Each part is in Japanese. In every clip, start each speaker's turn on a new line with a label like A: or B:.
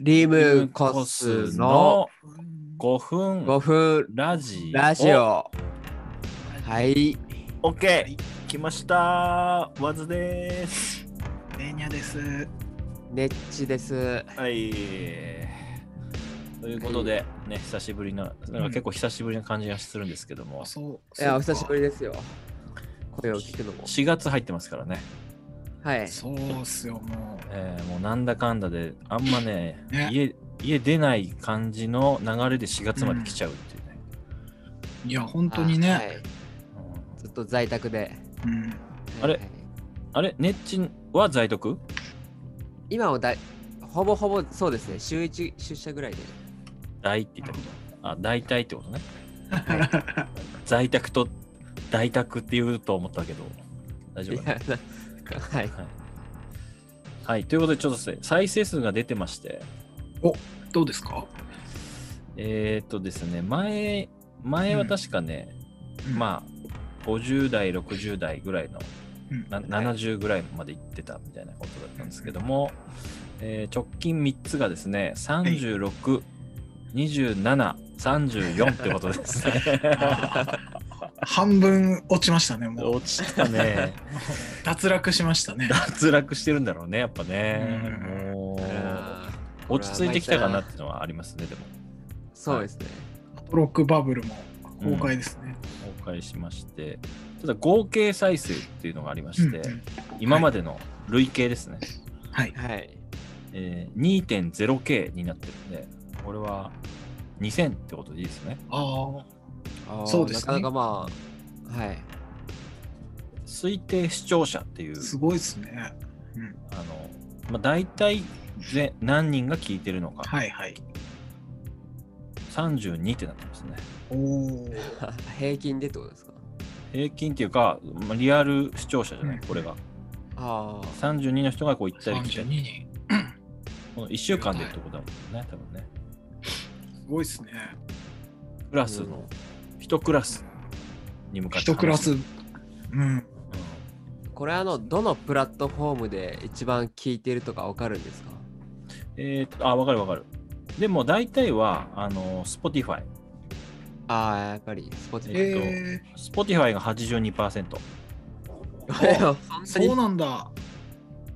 A: リムコスの
B: 5分
A: 5分
B: ラジオ。
A: ラジオ。はい。
B: オッケー来ましたワズです。
C: レーニャです。
A: ネッチです。
B: はい。ということで、ね、久しぶりな、なんか結構久しぶりな感じがするんですけども、
C: そう。
A: いや、お久しぶ
C: り。
A: りですよ。声を聞くのも。
B: 4月入ってますからね、
A: はい。
C: そうっすよ、も
B: えーもうなんだかんだで、あんまね
C: ね
B: 家、家出ない感じの流れで4月まで来ちゃうっていうね。
C: う。いや、本当にね。
A: あはいずっと在宅で。
C: うん。
B: あれ
A: はい
B: う
A: はい
B: んあれ、ネッチンは在宅
A: 今もだいほぼほぼそうですね。週1出社ぐらいで。
B: 大って言ったけど、あ、大体ってことね。在宅と大宅って言うと思ったけど、大丈
A: い
B: 夫
A: や
B: かな
A: なんかはい。
B: はい。はい、ということで、ちょっと再生数が出てまして、
C: どうですか
B: えー、っとですね、前、前は確かね、まあ、50代、60代ぐらいの、
C: うん
B: な
A: はい
B: 70ぐらいまで行ってたみたいなことだったんですけども、えー直近3つがですね、36、27、34ってことですね。
C: あ、半分落ちましたね、もう。
B: 落ちたね。
C: 脱落しましたね。
B: 脱落してるんだろうね、やっぱね。
C: うん
B: も
A: いうやー
B: 落ち着いてきたかなっていうのはありますね、でも。
A: そうですね。
C: ロックバブルも崩壊ですね。
B: 公開しまして、ただ合計再生っていうのがありまして、
C: うんうん
B: 今までの累計ですね、
C: はい。
A: はい。
B: えー 2.0K になってるんで、これは2000ってことでいいですね。
C: あ
A: あー
C: そうですね
A: なかなかまあ、はい。
B: 推定視聴者っていう
C: あ、、すごいですね。うん。
B: あの、まあ、大体ぜ何人が聞いてるのか、
C: はいはい。
B: 32ってなってますね。
C: おお。
A: 平均でってことですか
B: 平均っていうか、まあ、リアル視聴者じゃな
C: う
B: い、
C: ん
B: これが。
A: ああ。
B: 32の人がこう行ったり来た
C: 32
B: り、
C: 人。
B: この1週間でってことだもんね、多分ね。
C: すごいですね。
B: クラスの、一クラスに向かって話して
C: 一
B: る。
C: クラス。うん。
B: う
A: これあの、どのプラットフォームで一番聞いてるとかわかるんですか
B: んえーと、あ、わかるわかる。でも大体は、あの、Spotify。
A: ああ、やっぱり、スポティ
C: え
B: Spotify が82%。
A: ファイ。
C: ー、そうなんだ。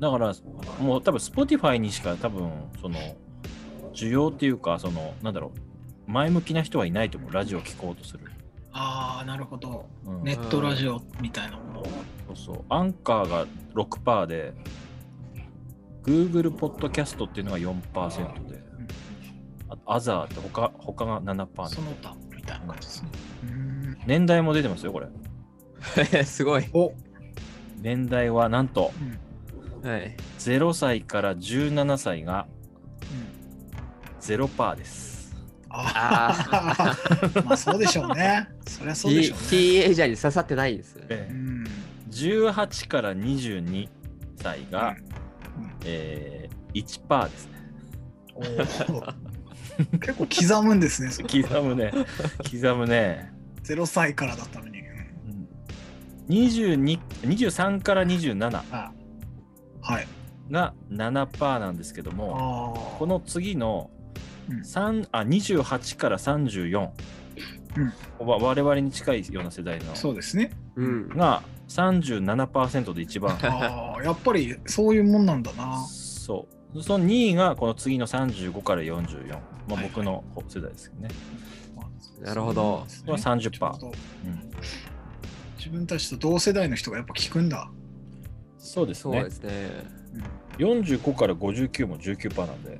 B: だから、もう多分 Spotify にしか多分、その、需要っていうか、その、なんだろう、前向きな人はいないと思う。ラジオ聞こうとする。
C: ああ、なるほど。
B: うん
C: ネットラジオみたいなもの。
B: そうそう。アンカーが6%で、Google Podcast っていうのが4%で、あと、アザーって他、他が7%で
C: その他みたいな感じですね。うん
B: 年代も出てますよ、これ。
A: すごい。
C: お、
B: 年代はなんと、
C: うん
A: はい。
B: 0歳から17歳が0%です。
C: ああ、 まあそうでしょうね。そりゃそうでしょうね。
A: TAJ に刺さってないです。
C: うん
B: 18から22歳が、
C: うん
B: えー、1%ですね。
C: おー結構刻むんですね。それ
B: 刻むね。刻むね。
C: 0歳からだったのに。うん
B: うん22 23から27
C: はい。
B: が7%なんですけど
C: あ
B: も、
C: あ、
B: この次の
C: うん
B: 3あ28から34、わ我々に近いような世代の
C: そうです ね。
A: うん。
B: が37%で一番
C: ああ、やっぱりそういうもんなんだな。
B: そうその2位がこの次の35から44、ま
C: は
B: あ、
C: いはい
B: 僕の世代ですけどね、
A: なるほど
C: そ
B: これは
C: うなんですね
B: 30%
C: ちょうど
B: うん
C: 自分たちと同世代の人がやっぱ聞くんだ。
B: そうです
A: そう
B: ね
A: ですね。
C: うん
B: 45から59も19%なんで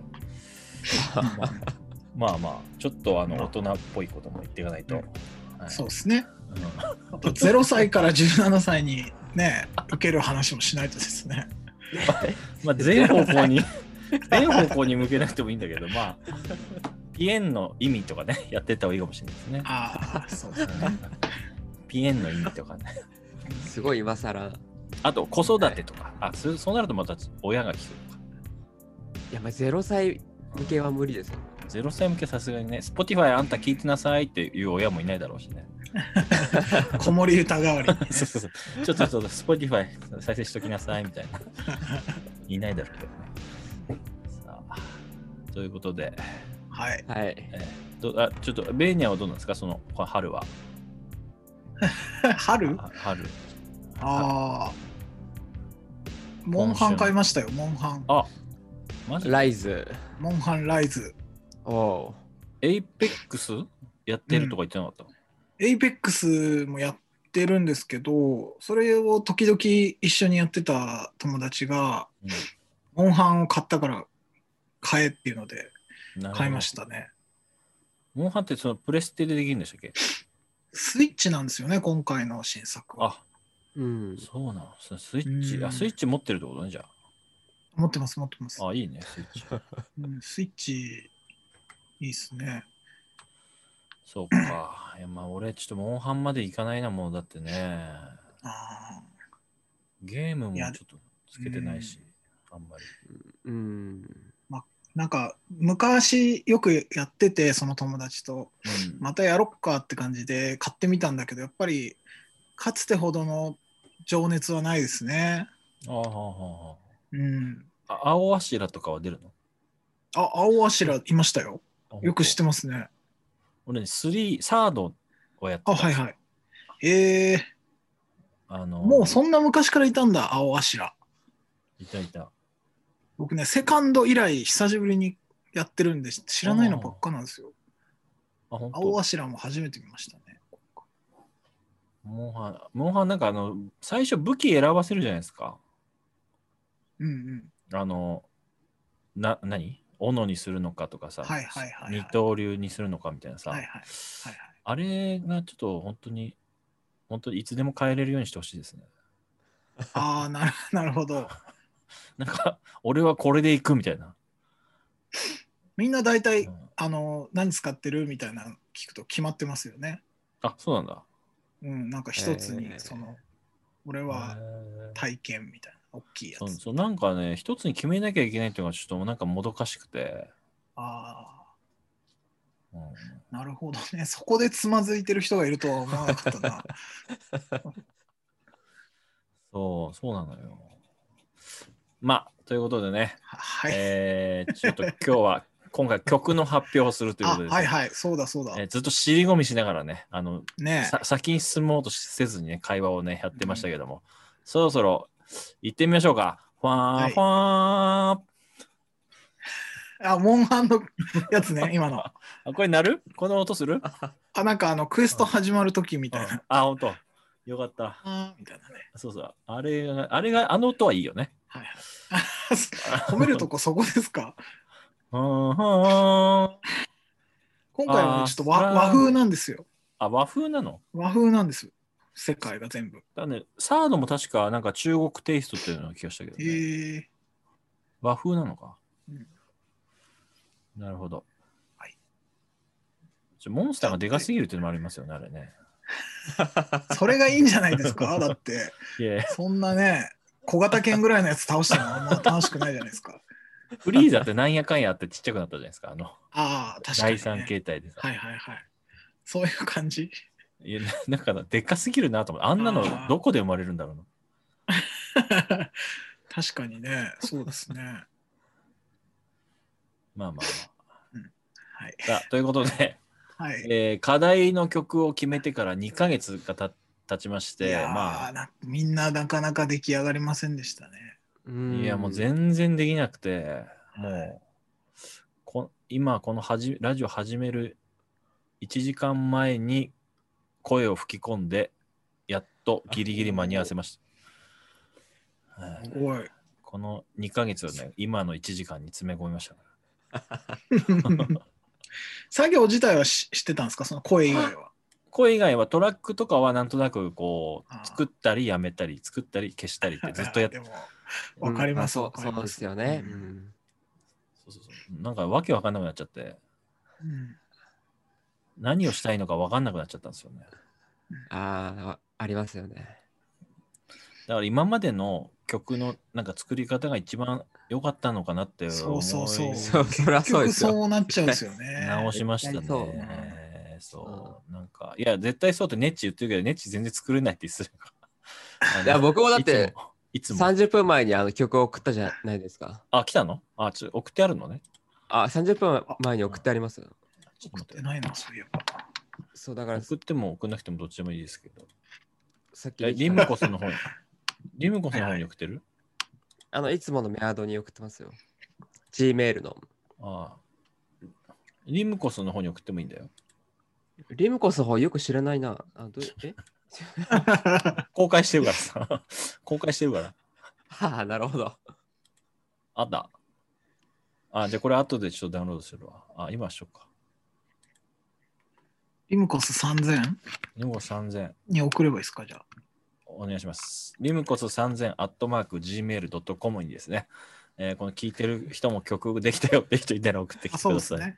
B: まあまあちょっとあの大人っぽいことも言っていかないと、はい
C: そうですね。
B: うん
C: あと0歳から17歳にね、受ける話もしないとですね。
B: まあ、全方向に 全方向に向けなくてもいいんだけどまあピエンの意味とかねやってった方がいいかもしれない ですね
C: ああ、そうですね。
B: ピエンの意味とかね
A: すごい今更。
B: あと子育てとか、あそそうなるとまた親が聞くとか
A: いや、まあ、0歳向けは無理ですよ。
B: 0歳向けさすがにね、Spotify あんた聞いてなさいっていう親もいないだろうしね。
C: 子守歌代わりにね。
B: そうそうそうちょっとちょっと Spotify 再生しときなさいみたいな。いないだろうけどね。さあ、ということで、
C: はい。
A: はい。
B: どあちょっとベーニャはどうなんですか、そのこの春は。
C: 春
B: は春。
C: ああ。モンハン買いましたよ、モンハン。
B: マジ
A: ライズ。
C: モンハンライズ。
A: おお
B: エイペックスやってるとか言ってなかった、
C: エイペックスもやってるんですけど、それを時々一緒にやってた友達が、モンハンを買ったから買えっていうので買いま
B: し
C: したね。
B: た。モンハンってそのプレステでできるんでしたっけ
C: スイッチなんですよね、今回の新作は。
B: あ、
A: うん。
B: そうなの。そスイッチ、
C: うん
B: あ、スイッチ持ってるってことね、じゃ
C: 持ってます、持ってます。
B: あ。あ、いいね、スイッチ。
C: うんスイッチ、いいっすね。
B: そうか。いや、まあ、俺、ちょっとモンハンまでいかないな、もう、だってね。
C: あ
B: ゲームも
C: い
B: ちょ
C: や
B: っとつけてないし、あんまり。
A: うん。
C: ーなんか、昔よくやってて、その友達と、
B: うん
C: またやろっかって感じで買ってみたんだけど、やっぱり、かつてほどの情熱はないですね。
B: あははは
C: うん。
B: あ青柱とかは出るの
C: あ、青柱いましたよ。
B: あ
C: よく知って
B: 本
C: ますね。
B: 当俺ね、3、サードをやってた
C: あ、はいはい。え
B: あ
C: ー、
B: の
C: もうそんな昔からいたんだ、青柱。
B: いたいた。
C: 僕ね、セカンド以来、久しぶりにやってるんで、知らないのばっかなんですよ。
B: あ、本当
C: 青柱も初めて見ましたね。
B: モンハン、モンハンなんかあの、最初武器選ばせるじゃないですか。
C: うんうん。
B: あの、な、何斧にするのかとかさ、
C: はいはいはいはい
B: 二刀流にするのかみたいなさ、
C: はいはい。はいはい、
B: あれがちょっと本当に、本当にいつでも変えれるようにしてほしいですね。
C: あ あ、なる なるほど。
B: なんか、 俺はこれで行くみたいな。
C: みんな大体、
B: うん
C: あの、何使ってるみたいなの聞くと決まってますよね。
B: あ、そうなんだ。
C: うん、なんか一つに
A: え、ー
C: その、俺は
B: へー
C: 体験みたいな、大きいや
B: そう
C: つ。
B: そうなんかね、一つに決めなきゃいけないっていうのがちょっともうなんかもどかしくて、
C: あ
B: うん
C: あ、なるほどね。そこでつまずいてる人がいるとは思 わなかったな。
B: そう、そうなのよ。まあ、ということでね、
C: はい。
B: えーちょっと今日は、今回曲の発表をするというこ
C: あ
B: とです、
C: はいはい、そうだそうだ。
B: えーずっと尻込みしながらね、あの、
C: ね
B: さ先に進もうとせずにね、会話をね、やってましたけども、そろそろ行ってみましょうか。ファー
C: はい
B: ファー
C: あ、モンハンのやつね、 今の。
B: あ、これ鳴るこの音する
C: あ、なんかあの、クエスト始まるときみたいな。
B: あ、本当。よかった。
C: あーみたいなね。
B: そうそう。あれが、あれが、あの音はいいよね。
C: はいはい。褒めるとこそこですか
B: うーんうーん
C: 今回は
B: あー
C: ねちょっと和
B: そう
C: 和風なんですよ。
B: あ、和風なの
C: 和風なんです。世界が全部。
B: だね、サードも確かなんか中国テイストっていうの気がしたけど、
C: え
B: ね
C: ー、
B: 和風なのか。
C: うん
B: なるほど。
C: はい
B: ちょ。モンスターがでかすぎるっていうのもありますよね、あれね。
C: それがいいんじゃないで すかだって、
B: いやいや
C: そんなね、小型犬ぐらいのやつ倒したのあんま楽しくないじゃないですか。
B: フリーザってなんやかんやあってちっちゃくなったじゃないですか、あの、
C: ああ、確かに、
B: 第
C: ね。
B: 三形態でさ。
C: はいはいはい。そういう感じ
B: いや、なんかでかすぎるなと思って、あんなの
C: あー
B: どこで生まれるんだろうな。
C: 確かにね、そうですね。
B: まあまあ
C: はい。
B: まあ。さあということで、
C: はい。
B: えー課題の曲を決めてから2ヶ月がた経ちまし
C: い
B: て、
C: やー
B: まあ、
C: なみんななかなか出来上がりませんでしたね。
A: うん
B: いや、もう全然できなくて、もう、こ今、このはじラジオ始める1時間前に声を吹き込んで、やっとギリギリ間に合わせました。はい
C: おい。
B: この2ヶ月をね、今の1時間に詰め込みました。
C: 作業自体はししてたんですかその声以外は。
B: 声以外はトラックとかはなんとなくこ
C: あー
B: う、作ったりやめたり、作ったり消したりってずっとやって
C: でも、わかります。
A: うん
C: わ
A: あ
C: か
A: そ
C: り
A: うそう
C: ま。
A: ですすよね。
C: う
A: うんん
B: そうそうそうなんかわけわかんなくなっちゃって、
C: うん
B: 何をしたいのかわかんなくなっちゃったんですよね。
A: ああ、ありますよね。
B: だから今までの曲のなんか作り方が一番良かったのかなって思い
C: そうそうそう
A: そう、そりゃ
C: 結
A: そう
C: 局
A: ですよ。
C: そうなっちゃうんですよ ね。
B: 直しました
A: 絶対そう
B: ね。そう。なんか、いや、絶対そうってネッチ言ってるけど、ネッチ全然作れないって言ってたからあの
A: いや、僕もだって、、
B: いつもいつも。
A: 30分前にあの曲を送ったじゃないですか。
B: あ、来たのあ、ちょ送ってあるのね。
D: あ、30分前に送ってあります。
B: ちょっと
C: 送っ
B: 待ってて
C: ないな、そういえば。
D: そう、だから
B: 送っても送んなくてもどっちでもいいですけど。
D: さっきで
B: え
D: きた
B: リムコさんの方 に。リムコさんの方に送ってる
D: あの、いつものメアドに送ってますよ。Gmail の。
B: ああ。リムコスの方に送ってもいいんだよ。
D: リムコスの方よく知らないな。あ どうえ
B: 公開してるからさ。 公開してるから。
D: はあ、なるほど。
B: あった。あ、じゃあこれ後でちょっとダウンロードするわ。あ、今しようか。
C: リムコス3000
B: リムコス3000。
C: に送ればいいですか、じゃあ。
B: お願いします。リムコス3000アットマーク Gmail.com にですね、えーこの聞いてる人も曲できたよって人いたら送ってき
C: あ、
B: て
C: そう
B: くだ
C: です
B: さい。
C: ね。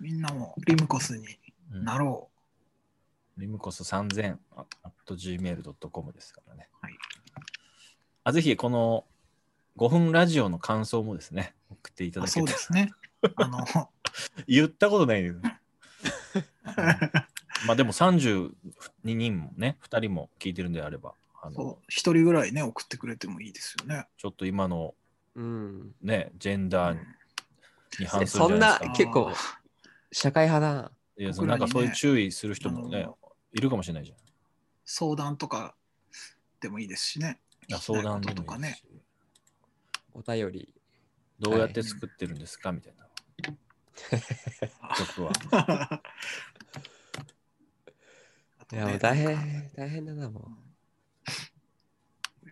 C: みんなもリムコスに
B: うん
C: なろ
B: リムコス3000アット Gmail.com ですからね。
C: はい。
B: あぜひこの5分ラジオの感想もですね、送っていうただ
C: あ
B: け
C: そう
B: て
C: ですね。あの、
B: 言ったことないけど。まあでも32人もね、2人も聞いてるんであれば、あの
C: そう一人ぐらいね、送ってくれてもいいですよね。
B: ちょっと今の
D: うん。
B: ね、ジェンダ
C: う
B: ー
C: ん
B: に反する
D: そ
B: じ
D: ん
B: ゃない
D: な
B: ですか。
D: 結構社会派だな。
B: いや
C: 僕
B: な
C: ら
B: ん
C: にね
B: かそういう注意する人
C: あ
B: も
C: の
B: ね、いるかもしれないじ
C: 相談とかでもいいですしね。
B: ゃん。あ相談
C: 聞きた
B: で
C: いことと
B: も
C: か
B: いい
C: ね
B: し。
D: お便り。
B: どうやって作ってるんですかみたいな。 曲は。
C: あ
D: い
C: とね
D: や、もう大変、大変だな、も
C: よ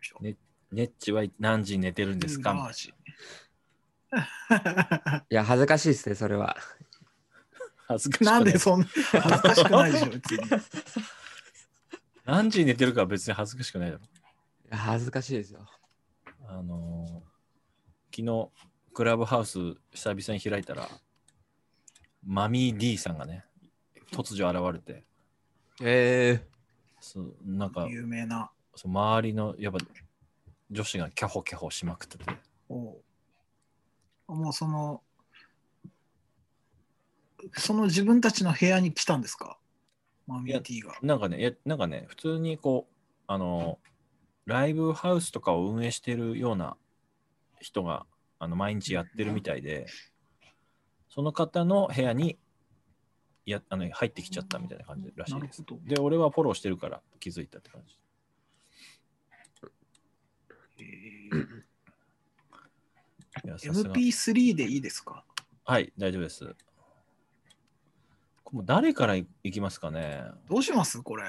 C: いしょ
B: ねネッチは何時に寝てるんですかみたい
C: マ
B: な
C: ジ
D: う。いや、恥ずかしいですね、それは。
B: 恥ずかしくな
C: ないんでそんな恥ずかしくないでしょ、別に。
B: 何時に寝てるかは別に恥ずかしくないだろ。
D: いや恥ずかしいですよ。
B: あのー昨日、クラブハウス久々に開いたら、マミー D さんがね、突如現れて、
D: え
B: そうなんか
C: 有名な。
B: そう周りのやっぱ女子がキャホキャホしまくってて、
C: おうもうその、その自分たちの部屋に来たんですかマミーティが。
B: なんかね、いやなんかね、普通にこう、あのーライブハウスとかを運営してるような人が、あの、毎日やってるみたいで、その方の部屋に、や、あの、入ってきちゃったみたいな感じらし
C: ないる
B: で
C: ほ
B: す。
C: ど。
B: で、俺はフォローしてるから気づいたって感じ。
C: え
B: いや、
C: ー
B: さすが。
C: MP3 でいいですか
B: はい、大丈夫です。これもう誰からいいきますかね
C: どうしますこれ。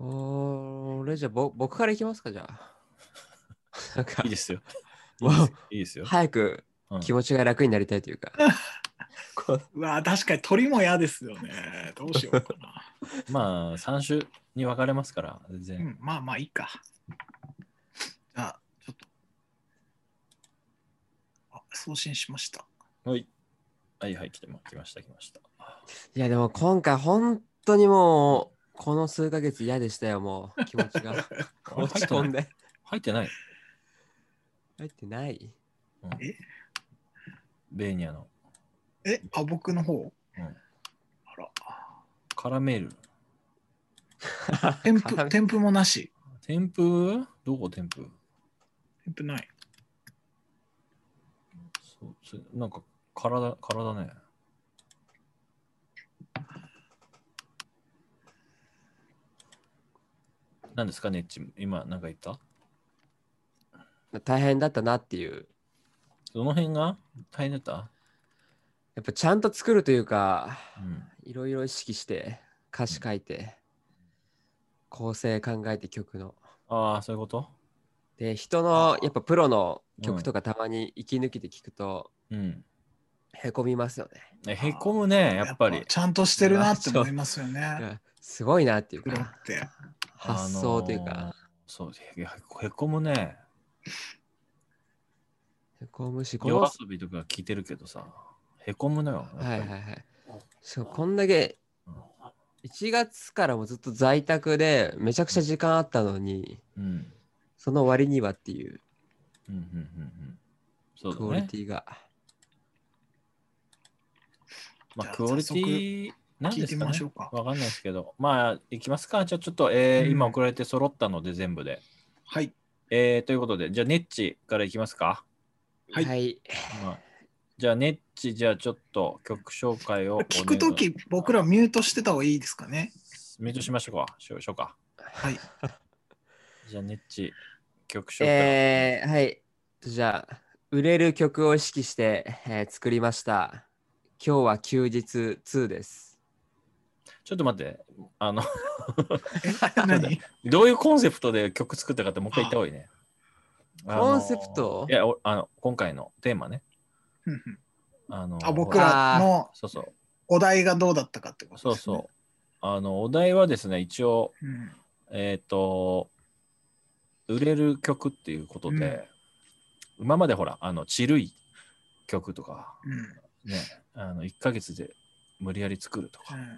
D: これじゃぼ、僕から行きますか、じゃ あ。なんか
B: いい、 ですよ。
D: わ
B: いいですよ。
D: 早く
B: うん
D: 気持ちが楽になりたいという か。こう
C: うわ確かに鳥も嫌ですよね。どうしようかな。
B: まあ、3種に分かれますから、全
C: う
B: 然。
C: ん、まあまあいいか。じゃあ、ちょっと。あ、送信しました。
B: はい。はいはい、来てま来ました、来ました。
D: いや、でも今回、本当にもう、この数ヶ月嫌でしたよ、もう、気持 ちが。落ち込んで。
B: 入ってない。
D: 入ってない。
B: え
C: え
B: ベーニャの
C: え、あ、僕の 方、
B: うん
C: あら。
B: カラメール。
C: 添付、添付もなし。
B: 添付どこ添付
C: 添付ない。
B: そうそれなんか体、体ね。何ですか、ネッチ今、なんか言った
D: 大変だったなっていう。
B: どの辺が大変だった
D: やっぱちゃんと作るというか、
B: うん。
D: いろいろ意識して、歌詞書いて、構成考えて曲の。
B: ああ、そういうこと
D: で、人の、やっぱプロの曲とかたまに息抜きで聞くと、
B: うん。
D: へこみますよね。
B: えへこむね、やっぱり。
C: ちゃんとしてるなって思いますよ ね。
D: うんすごいなっていう
C: プロ
D: か
C: っ、て。
D: 発想という
B: あのー
D: か、
B: そうへ、へへこむね。
D: へこむし、こ
B: 夜
D: の、
B: 遊びとか聞いてるけどさ、へこむのよ。やっぱ
D: はい
B: り
D: はいはい。そうこんだけ1月からもずっと在宅でめちゃくちゃ時間あったのに、
B: うん。うん
D: その割にはっていう
B: うんうんうん。そう
D: クオ
B: だ
D: リ
B: ね。
D: ティが。
B: ま
C: じゃ
B: あ、
C: あ
B: クオリティなん
C: 聞
B: で
C: い
B: す
C: てみ
B: か
C: ま
B: ね
C: しょうか。
B: わかんないですけど。まあ、いきますか。じゃあちょっと、えー
C: うん
B: 今送られて揃ったので全部で。
C: はい。
B: えーということで、じゃあ、ネッチからいきますか。
C: はい
D: はい。
B: まあ、じゃあ、ネッチ、じゃあちょっと曲紹介をお願い。
C: 聞くとき、僕らミュートしてた方がいいですかね。
B: ミュートしましょうか。しましょうか。
C: はい。
B: じゃあ、ネッチ、曲紹介を。
A: えー、はい。じゃあ、売れる曲を意識して、えー作りました。今日は休日2です。
B: ちょっと待って、あの、
C: え何
B: どういうコンセプトで曲作ったかってもう一回言った方がいいね。あの
A: コンセプト
B: いや、おあの、今回のテーマね。
C: うんうん
B: あの
C: あ僕らの
B: そうそう、
C: お題がどうだったかってこと
B: そう
C: です、ね。
B: そう。あの、お題はですね、一応、
C: う。ん、
B: えっ、と、売れる曲っていうことで、今までほら、あの、ちるい曲とか、ね、あの、1ヶ月で無理やり作るとか
C: うんうん。ちょ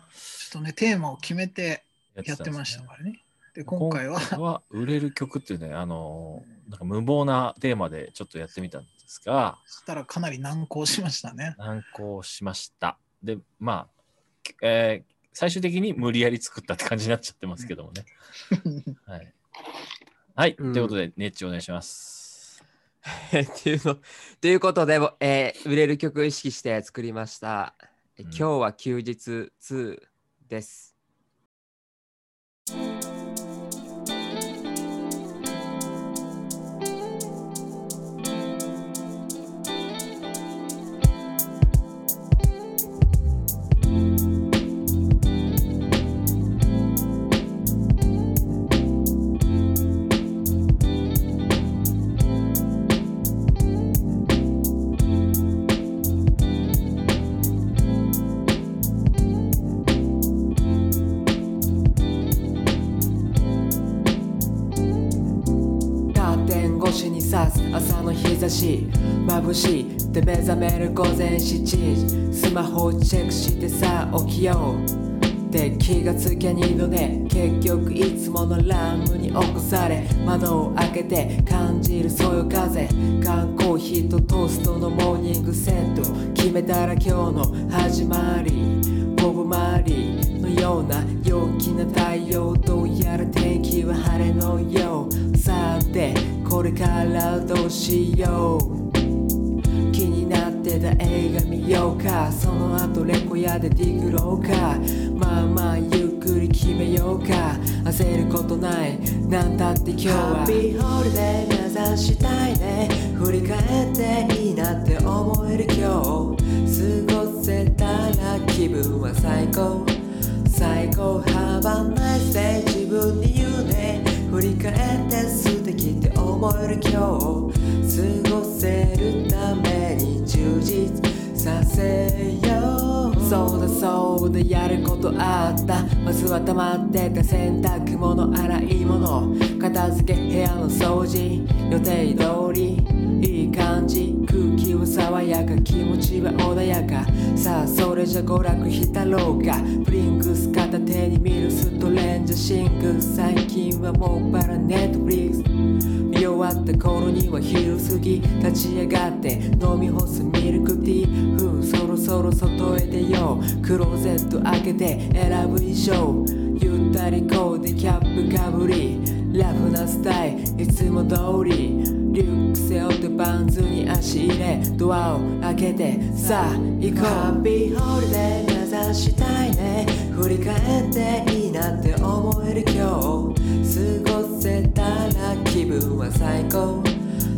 C: っとね、テーマを決めてや
B: て
C: って
B: んですね
C: ましたからね。で、今回は、
B: 今回は売れる曲っていうね、あの、なんか無謀なテーマでちょっとやってみたんですが、
C: そしたらかなり難航しましたね。
B: 難航しました。で、まあ、えー最終的に無理やり作ったって感じになっちゃってますけど もね。はい。はい、
A: うん
B: ということで、ネッチお願いします。
A: っていうの。ということで、えー売れる曲を意識して作りました。
B: うん
A: 今日は休日2です。
D: カーテン越しに差す朝の日差し眩しいで目覚める午前7時スマホをチェックしてさ起きようで気がつきゃ二度寝結局いつものランムに起こされ窓を開けて感じるそよ風缶コーヒーとトーストのモーニングセット決めたら今日の始まりボブ・マーリーのような陽気な太陽どうやら天気は晴れのようさてこれからどうしよう気になってた映画見ようかその後レコヤでディグろうかまあまあゆっくり決めようか焦ることないなんだって今日はハッピーホリデー目指したいね振り返っていいなって思える今日過ごせたら気分は最高最高 Have a nice day 自分に言うね振り返って素敵って思える今日過ごせるために充実させようそうだそうだやることあったまずは溜まってた洗濯物洗い物片付け部屋の掃除予定通りいい感じ空気は爽やか気持ちは穏やかさあそれじゃ娯楽浸ろうかプリングス片手に見るストレンジャーシング最近はもうバラネットフリックス見終わった頃には昼過ぎ立ち上がって飲み干すミルクティーうんそろそろ外へ出ようクローゼット開けて選ぶ衣装ゆったりコーデキャップかぶりラフなスタイルいつも通りリュック背負ってバンズに足入れドアを開けてさあ行こうハッピーホリデー目指したいね振り返っていいなって思える今日過ごせたら気分は最高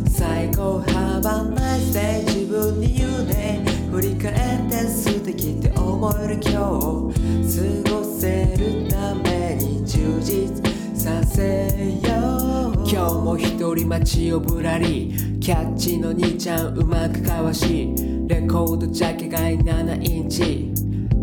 D: 最高 Have a nice day 自分に言うね振り返って素敵って思える今日過ごせるために充実させよう今日も一人街をぶらりキャッチの兄ちゃんうまくかわしレコードジャケ買い7インチ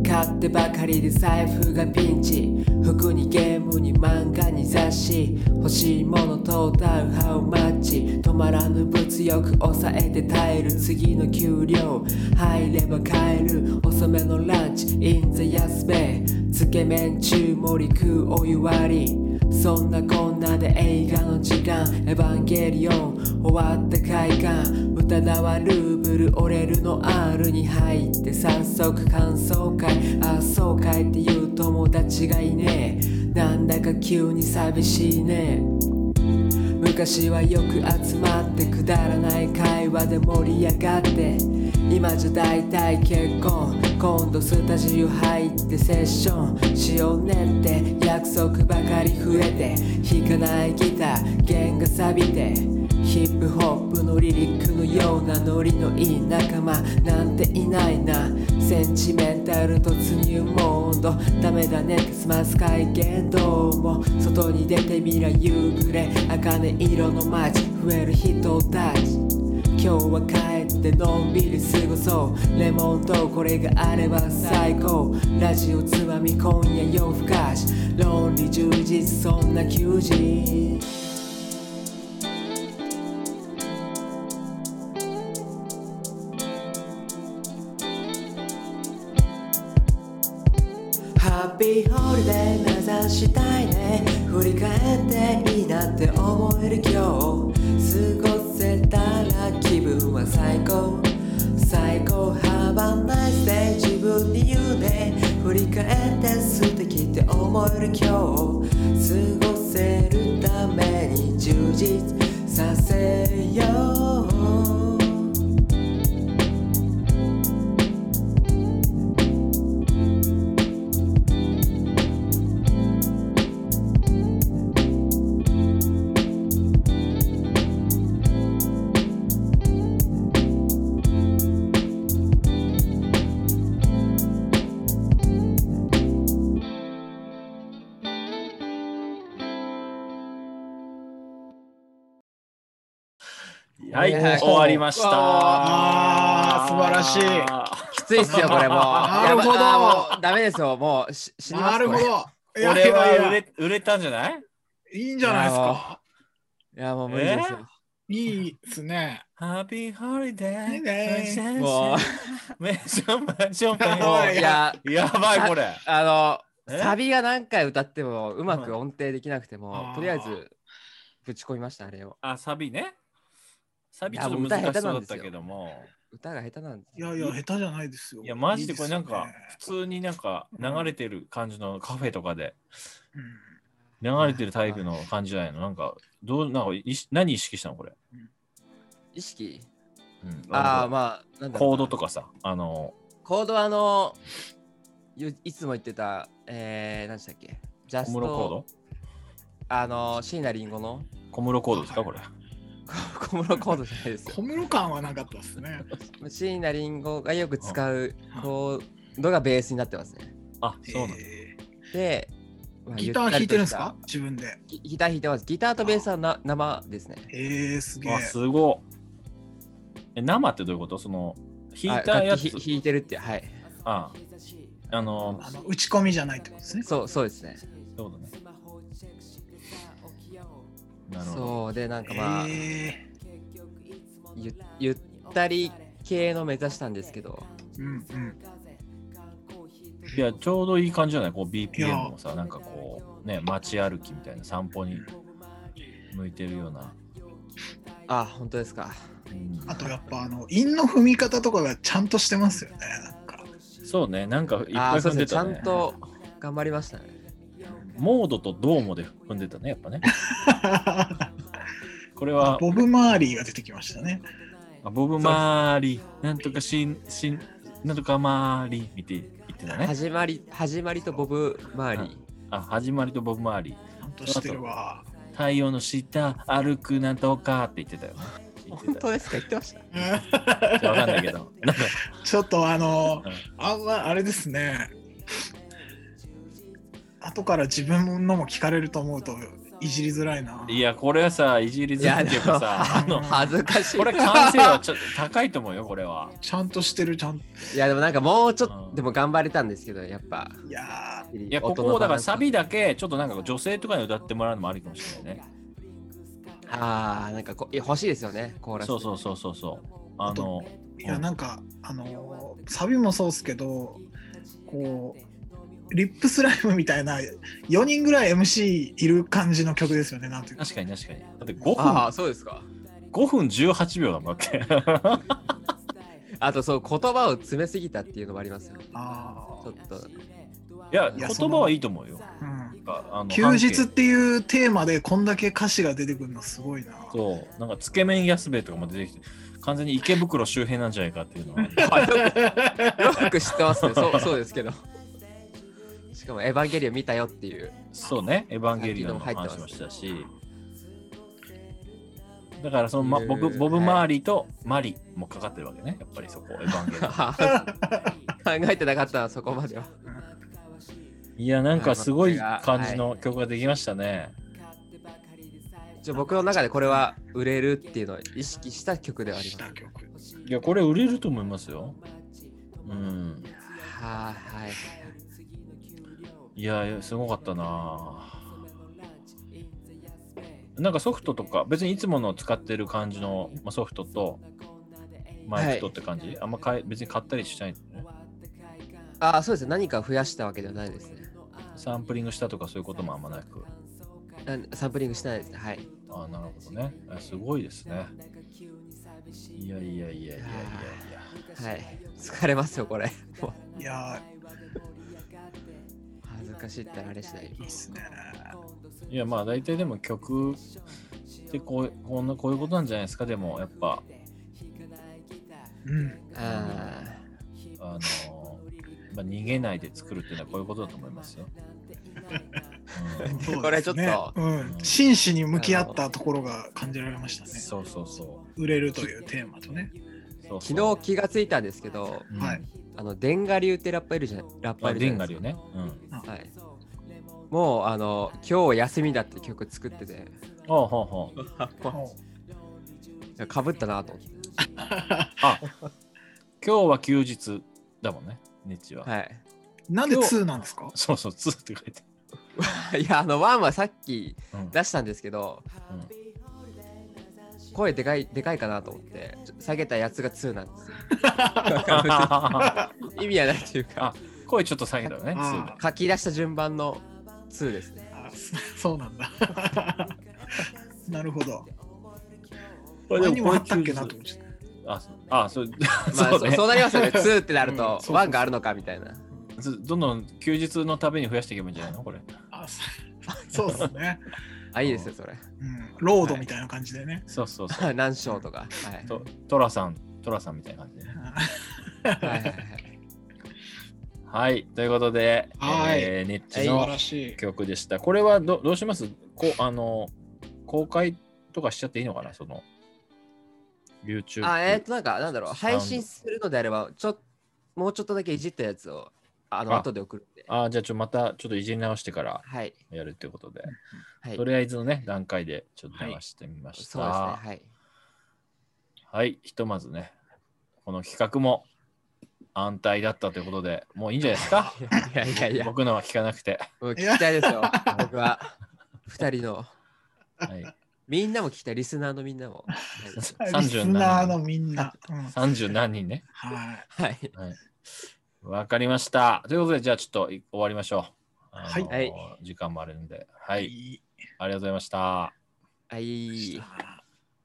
D: 買ってばかりで財布がピンチ服にゲームに漫画に雑誌欲しいものトータルハウマッチ止まらぬ物欲抑えて耐える次の給料入れば買える遅めのランチ in the 安べつけ麺中盛り食うお湯割りそんなこんなで映画の時間エヴァンゲリオン終わった快感疑わルーブル折れるの R に入って早速感想会ああそうかいっていう友達がいねえなんだか急に寂しいね昔はよく集まってくだらない会話で盛り上がって今じゃ大体結婚今度スタジオ入ってセッションしようねって約束ばかり増えて弾かないギター弦が錆びてヒップホップのリリックのようなノリのいい仲間なんていないなセンチメンタル突入モードダメだねって済ます会見どうも外に出てみりゃ夕暮れ茜色の街増える人たち今日は帰ってのんびり過ごそうレモンとこれがあれば最高ラジオつまみ今夜夜更かしロンリー充実そんな休日ハッピーホリデー目指したいね振り返っていいなって思える今日過ごせたら気分は最高最高ハバナイスで自分に言うね振り返って素敵って思える今日過ごせるために充実させよう
B: はい、
A: いやー
B: 終わりました。
C: わー素晴らしい
A: きついっすよ、これもう。
C: なるほど
A: やばあーもうダメですよ、もうし死にま
C: な
A: す
C: るほど
A: これい
C: いや
B: 俺
C: いやい
B: は
C: や
B: 売れ売れたんじゃない
C: いいんじゃないですか
A: や、もう無理ですよ。
C: いいですね
B: ハッピーホリデ
C: いいね
B: ー。
A: も
B: う、メンションパンション
A: う、も
B: パ
A: う
C: い
A: いや、
B: ン。やばい、これ。
A: あの、
B: え
A: サビが何回歌ってもうまく音程できなくても
C: う、ん
A: とりあえずぶち込みました、あれを。
B: あ、サビね。サビ
A: い
B: ち
A: や
B: ょっと
A: もう歌
B: 難し
A: 下手
B: そう
A: な
B: だ
A: ん
B: っ
A: ですよ
B: たけども。
A: 歌が下手なんです
C: いやいや下手じゃないですよ
B: いや、マジでこれなんか
C: いいで、
B: 普通になんか流れてる感じのカフェとかで、
C: すよね
B: 流れてるタイプの感じじゃないのなんか、どう、なんかいし、何意識したのこれ。
A: 意識
B: うん
A: ああ、
B: あ
A: まあ、なん
B: の、
A: だろう
B: コードとかさ、あの、
A: コードはあの、ゆいつも言ってた、えー、何でしたっけジャ
B: 小
A: ス
B: 室コード
A: ト、あの、椎名林檎の
B: 小室コードですかこれ。
A: こ小室コードじゃないで す
C: うん
A: よ。
C: 小室感はなかったですね
A: 椎名林檎がよく使うコードがベースになってますね。
B: あ、そうなんだ。
C: えー
A: で、まあ
C: ギター弾いてるんですか
A: ゆったりと
C: 自分で
A: したギギター弾いてます。ギターとベースはな生ですね。
C: えー、すげえ
B: あ、すごい。え生ってどういうことその、弾いた
A: あ
B: や
A: 楽
B: つ
A: 器。ひ弾いてるって、はい。
B: ああの
C: あの打ち込みじゃないってことですね
A: そうそうですね。
B: そういうことねなるほど。
A: そうで、なんかまあ、
C: え
A: ゆゆったり系の目指したんですけど、
C: ー、うんうん
B: いや、ちょうどいい感じじゃないこう
C: い
B: BPM
C: や
B: もさ、なんかこう、ね、街歩きみたいな散歩に向いてるような。
A: あ、本当ですか。
B: うん
C: あとやっぱあの韻の踏み方とかがちゃんとしてますよねなんか
B: そうね、なんかいっぱ
A: あ
B: い
A: ー、そう
B: 踏ん
A: で
B: です
A: ね。
B: た
A: ち
B: ね。
A: ゃんと頑張りましたね。
B: モードとドーモで踏んでたね、やっぱね。 これ
C: あ
B: は、
C: ボブ・マーリーが出てきましたね。
B: あボブ・マーリー、なんとかしん、しん、なんとかマーリー、見て、言ってたね。
A: 始まり、始まりとボブ・マーリー。
B: あ、始まりとボブ・マーリー。
C: ちゃんとしてるわ。
B: 太陽の下、歩くなんとかって言ってたよね。言って
A: 本
B: た
A: 当ですか言ってました。
B: いやわかんないけ ど。なんか
C: ちょっとあの
B: うん、
C: あんまあれですね。後から自分のも聞かれると思うといじりづらいな。
B: いや、これはさ、いじりづらいっていうかさ、あの、
A: 恥 ずかしい。
B: これ完成度はちょっと高いと思うよ、これは。
C: ちゃんとしてる、ちゃんと。
A: いや、でもなんかもうちょっ
B: う
A: と、
B: ん
A: でも頑張れたんですけど、やっぱ。
C: いや
B: いや、ここをだからサビだけ、ちょっとなんか女性とかに歌ってもらうのもありかもしれないね。
A: ああ、なんかこいや欲しいですよね、コーラス。
B: そうそうそうそうそう。あの、
C: ーいやなんかあのサビもそうっすけど、こうリップスライムみたいな4人ぐらい MC いる感じの曲ですよね。なんていうか。
B: 確かに確かに。だって5
A: あ
B: 分、
A: あ、そうですか。
B: 5分18秒だもんだって。
A: あと、そう、言葉を詰めすぎたっていうのもありますよ。
C: あ
A: ちょっと。
B: いや、
A: い
B: 言
A: や
B: 葉はいいと思うよ。
C: あ、うん。
B: かあの
C: 休日っ
B: 半径
C: ていうテーマでこんだけ歌詞が出てくるのすごいな。
B: そうなんかつけ麺安兵衛とかも出てきて完全に池袋周辺なんじゃないかっていうのは
D: よく知ってますね。そうそうですけど。しかも、エヴァンゲリオン見たよって いう。
B: そうね「エヴァンゲリオン」の
D: さっきのも入って
B: 話
D: ます
B: もしたし、だからその、ま、
D: へー
B: ボブボブ・マーリーとマリもかかってるわけねやっぱりそこ「エヴァンゲリオ ン」
D: 考えてなかった、そこまでは。
B: いやなんかすごい感じの曲ができましたね、
D: じゃあ僕の中でこれは売れるっていうのを意識した曲ではあり
C: し
D: ま
C: た曲。
D: す。
B: い、やこれ売れると思いますようん
D: はーはい。
B: いやいやすごかったななんかソフトとか別にいつもの使ってる感じの、まあ、ソフトとマイクとって感じ、あんまかえ別に買ったりしない、ね、
D: ああ、そうですね。何か増やしたわけではないですね。
B: サンプリングしたとかそういうこともあんまなく
D: あサンプリングしてないですね。はい。
B: あなるほどねあすごいですねいやいやいやいやいやいや
D: はい。疲れますよ、これ。 もう
C: いや
D: 恥ずかしいったらあれしない
C: ー、。いいっすね。
B: いやまあ大体でも曲ってこうこんなこういうことなんじゃないですかでもやっぱ
C: うん。
D: ああ。
B: あのーまあ、逃げないで作るっていうのはこういうことだと思いますよ。うん
C: そうですね
D: これちょっと
C: うん、真摯に向き合ったところが感じられましたね。
B: そうそうそ
C: 売れるというテーマとね。
B: うそうそう。
D: 昨日気がついたんですけど、
B: うん
C: はい。
D: あの、デンガ流ってラッパーいるじゃん。ラッパー
B: あ
D: いるじ
B: デ
D: ゃ
B: ン
D: ない
B: ガ
D: で
B: リオ
D: す
B: ね。うん。
D: か。はい。もう、あの、今日休みだって曲作ってて、
B: ああ、ほうほう。
C: お
D: かぶったなと思って。
B: あ今日は休日だもんね、日は。
D: はい。
C: なんで2なんですか
B: そうそう、つって書いて。
D: いや、あの、ワンはさっき
B: うん
D: 出したんですけど、声でかい、でかいかなと思って、ちょ下げたやつが2なんですよ。意味はないという
B: あ
D: か、
B: 声ちょっと下げたよね、つ
C: あ
D: 書き出した順番の2ですね。
C: あそそうなんだ。 なるほど。
B: こ
C: 前にもあったっけなと思っちゃ
B: あ、
C: っ
B: そうあそう
D: まあ、
B: そう
D: そ
B: ね
D: うそうなりますよね。2ってなる
C: うんそう
D: と
C: そう、そう
D: 1があるのかみたいな。
B: ずどんどん休日のたびに増やしていけばいいんじゃないのこれ。
C: た。あそうそうですね、
D: あ、いいですよ、それ。
C: うん。ロードみたいな感じでね。
B: そうそうそう。
D: 何章とか。はい。
B: とトラさん、トラさんみたいな感じでね。
D: はいはいはい
B: はい、ということで、
C: はい
B: えー、ネッチ
C: 素晴
B: の
C: らしい。
B: 曲でした。これはどどうしますこうあの公開とかしちゃっていいのかなその YouTube。
D: あ、えっ、と、なんか、なんだろう、
B: サウンド
D: 配信するのであれば、ちょもうちょっとだけいじったやつを、あの、
B: あ
D: 後で送るんで。
B: あじゃあちょっとまたちょっといじり直してから
D: はい。
B: やるということで、
D: はい。
B: とりあえずのね、段階でちょっと流してみました。
D: そうですね。はい。
B: はい、ひとまずね、この企画も安泰だったということで、もういいんじゃないですか
D: い やい やいや、も
B: 僕のは聞かなくて。
D: う聞きたいですよ。僕は。二人の。
B: はい、
D: みんなも聞きたい、リスナーのみんなも。
B: 37
C: リスナーのみんな。うん
B: 30何人ね。
C: はい。
D: はい。
B: はい。わかりました。ということで、じゃあちょっとい終わりましょう。あの
D: はい。
B: 時間もあるんで。はい。
C: い
B: ありがとうございました。
D: はい。
C: い。